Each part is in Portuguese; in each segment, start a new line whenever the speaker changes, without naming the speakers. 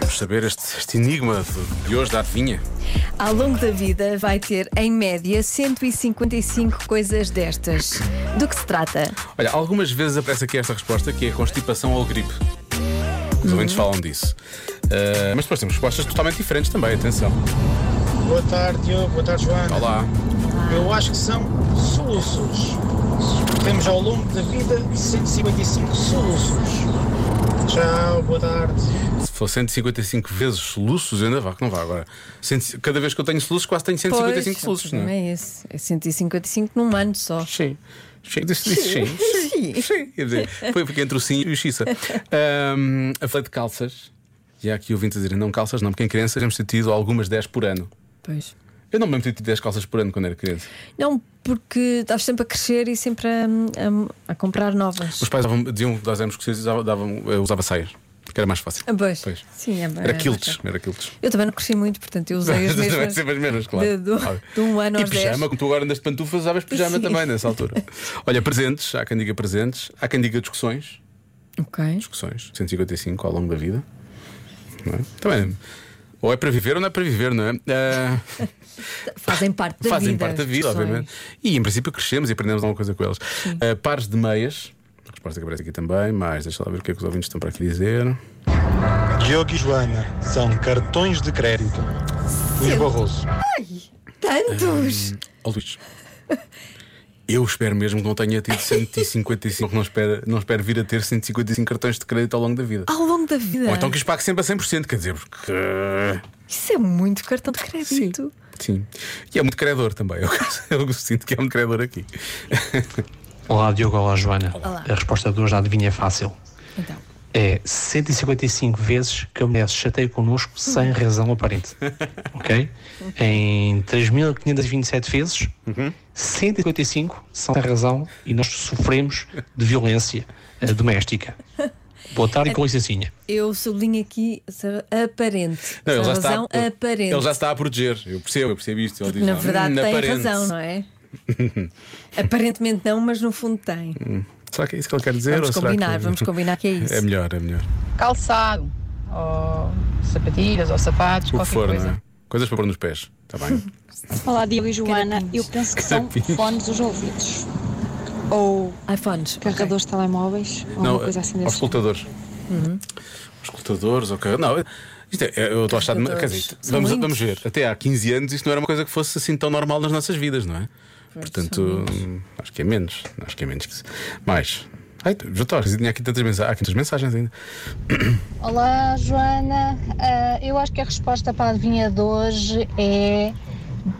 Vamos saber este, este enigma de, de hoje, da adivinha.
Ao longo da vida vai ter, em média, 155 coisas destas. Do que se trata?
Olha, algumas vezes aparece aqui esta resposta que é constipação ou gripe. Os ouvintes falam disso. Ah, mas depois temos respostas totalmente diferentes também, atenção.
Boa tarde, Diogo. Boa tarde, Joana.
Olá.
Eu acho que são soluços. Temos ao longo da vida 155 soluços. Tchau, boa tarde.
Se for 155 vezes soluços, eu ainda vá, que não vá agora. Cento- cada vez que eu tenho soluços, quase tenho 155 soluços, não
não
é?
é isso. É 155 num ano só.
Sim. Sim, disse disse sim.
Sim.
Quer dizer, foi porque entre o sim e o xissa. Ahm, a falei de calças. E há aqui ouvintes a dizer, não calças, não, porque em criança temos tido algumas 10 por ano.
Pois.
Eu não me lembro de ter tido 10 calças por ano quando era criança.
Não, porque estás sempre a crescer e sempre a, a- a comprar novas.
Os pais davam, diziam que nós éramos crescidos e davam- davam- eu usava saias, porque era mais fácil.
Ah, Pois.
Pois.
Sim, é
Era quilts, era quilts.
Eu também não cresci muito, portanto eu usei as
Também
mesmas.
sempre as mesmas, claro.
de- do-
Óbvio.
de um ano
e
aos dez.
pijama, como tu agora andas de pantufas, usavas pijama
Sim.
também nessa altura. Olha, presentes, há quem diga presentes, há quem diga discussões.
Ok.
discussões, 155 ao longo da vida. Não é? Também. Ou é para viver ou não é para viver, não é? Ah,
Fazem parte da
fazem
vida.
parte da
as
vida,
discussões.
obviamente. E em princípio crescemos e aprendemos alguma coisa com eles. Ah, pares de meias, a resposta que aparece aqui também, mas deixa lá ver o que é que os ouvintes estão para aqui dizer.
Diogo e Joana são cartões de crédito. Luís Barroso.
Tantos!
Ó Luís. Eu espero mesmo que não tenha tido 155, que não espero, não espero vir a ter 155 cartões de crédito ao longo da vida.
Ao longo da vida.
Ou então que os pague sempre a 100%, quer dizer, porque.
Isso é muito cartão de crédito.
Sim. E é muito credor também. Eu, eu sinto que é muito credor aqui.
Olá Diogo, olá Joana.
Olá.
A resposta de hoje à adivinha é fácil.
Então.
É 155 vezes que a mulher se chateia connosco sem razão aparente. ok? Em 3.527 vezes, 155 são sem razão e nós sofremos de violência eh, doméstica. Boa tarde e com licencinha.
Eu sublinho aqui ser aparente.
Não, ele já, está,
razão
ele-
aparente.
ele já está a proteger. Eu percebo, eu percebo isto. Ele diz,
Na
não,
verdade
hum,
tem
aparente.
razão, não é? Aparentemente não, mas no fundo tem.
Será que é isso que ele quer dizer?
Vamos
ou será
combinar,
que...
vamos combinar que é isso.
É melhor, é melhor.
calçado, ou sapatilhas, ou sapatos,
O que
qualquer
for,
coisa.
não é? Coisas para pôr nos pés. Está bem.
Olá, Diogo e Joana. Eu penso que são
Carapinhos.
fones dos ouvidos. Ou
iPhones.
é
carregadores de telemóveis, ou uma coisa assim
aos
desse género.
escutadores. Os escutadores, ok. Não, isto é, eu estou a achar. Quer dizer,
Escutadores. São
vamos,
lindos.
vamos ver. Até há 15 anos isto não era uma coisa que fosse assim tão normal nas nossas vidas, não é? Portanto, hum, acho que é menos. Acho que é menos que isso. Mais. Ai, já estou a tinha aqui tantas mensagens. Há aqui tantas mensagens ainda.
Olá, Joana. Ah, eu acho que a resposta para a adivinha de hoje é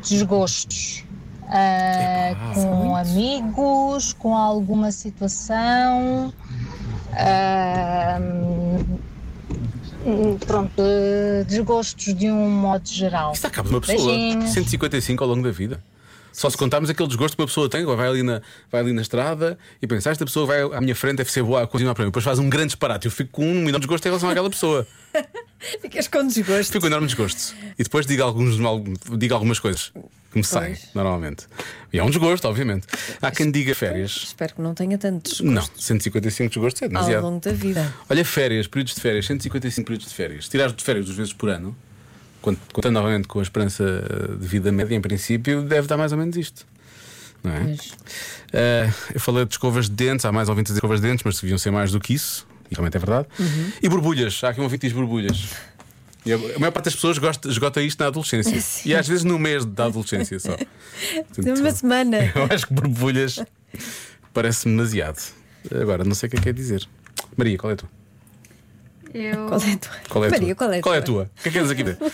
desgostos. Ah,
é
com amigos, com alguma situação. Ah, hum, pronto, eh, desgostos de um modo geral.
Isto acaba de uma pessoa. é
Beijinhos.
155 ao longo da vida. Só se contarmos aquele desgosto que uma pessoa tem, vai ali na, vai ali na estrada e pensa, "Ah, esta pessoa vai à minha frente, deve ser boa a continuar para mim. Depois faz um grande disparate. Eu fico com um enorme desgosto em relação àquela pessoa.
Ficas com desgosto.
Fico com um enorme desgosto. E depois digo, alguns, algum- digo algumas coisas que me saem,
Pois.
normalmente. E é um desgosto, obviamente. Há quem diga férias.
Espero que não tenha tanto desgosto
Não, 155 desgostos é
ao
demasiado.
longo da vida.
Olha, férias, períodos de férias, 155 períodos de férias. Se Tirares de férias duas vezes por ano, cont- contando novamente com a esperança eh, de vida média, em princípio, deve dar mais ou menos isto. Não é? Eh, eu falei de escovas de dentes, há mais ouvintes de escovas de dentes, mas deviam ser mais do que isso, e realmente é verdade. E borbulhas, há aqui um ouvinte que diz borbulhas. E a a maior parte das pessoas gosta, esgota isto na adolescência.
Sim.
E às vezes no mês da adolescência só.
Tem uma
Portanto,
semana.
eu acho que borbulhas parece-me demasiado. Agora, não sei o que é que é dizer. Maria, qual é a tua?
Eu,
Qual é a tua?
Qual é a
Maria,
tua?
qual é a tua?
O que é que tens aqui? dentro?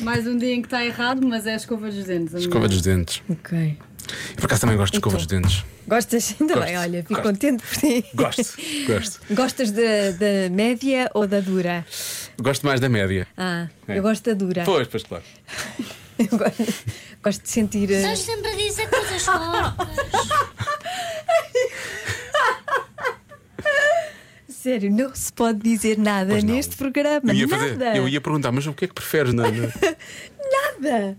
mais um dia em que está errado, mas é a escova dos dentes. a
Escova
minha.
dos dentes.
Ok.
Eu por acaso também gosto de escova dos dentes.
Gostas? Ainda
Gosto,
bem, olha, fico
gosto.
contente por ti.
Gosto, gosto.
Gostas da, da média ou da dura?
Gosto mais da média.
Ah,
É.
eu gosto da dura.
Pois, pois, claro.
Eu gosto, gosto de sentir. eh,
sempre a dizer coisas fortes.
Sério, não se pode dizer nada
Pois não.
neste programa.
Eu ia,
nada.
fazer, eu ia perguntar, mas o que é que preferes? Não, não,
Nada.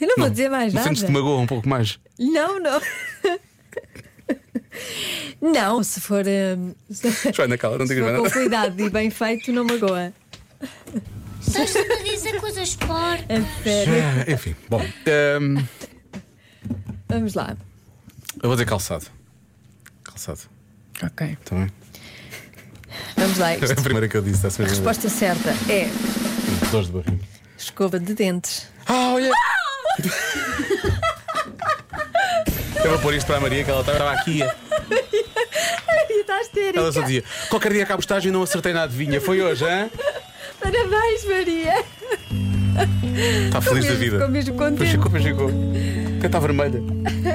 Eu não, vou dizer mais
não
nada.
sentes-te magoa um pouco mais?
Não, não. Não, se for, eh, se
Joana, cala, não digas
for
mais
com
nada.
cuidado e bem feito, não magoa.
Estás sempre a dizer coisas porcas.
Ah, Enfim, bom. ahm,
Vamos lá.
eu vou dizer calçado. Calçado.
Ok.
Está bem?
Vamos lá.
É a primeira que eu disse, está a
A resposta certa é
Dores de barriga.
escova de dentes.
Ah, olha! Eu vou pôr isto para a Maria, que ela estava aqui.
Está histérica.
Ela só dizia: qualquer dia acabo estágio e não acertei na adivinha. Foi hoje, hã?
Parabéns, Maria.
Está feliz da
Ficou
Tá vida.
mesmo
Pois
contente.
ficou, pois ficou. Até está tá vermelha.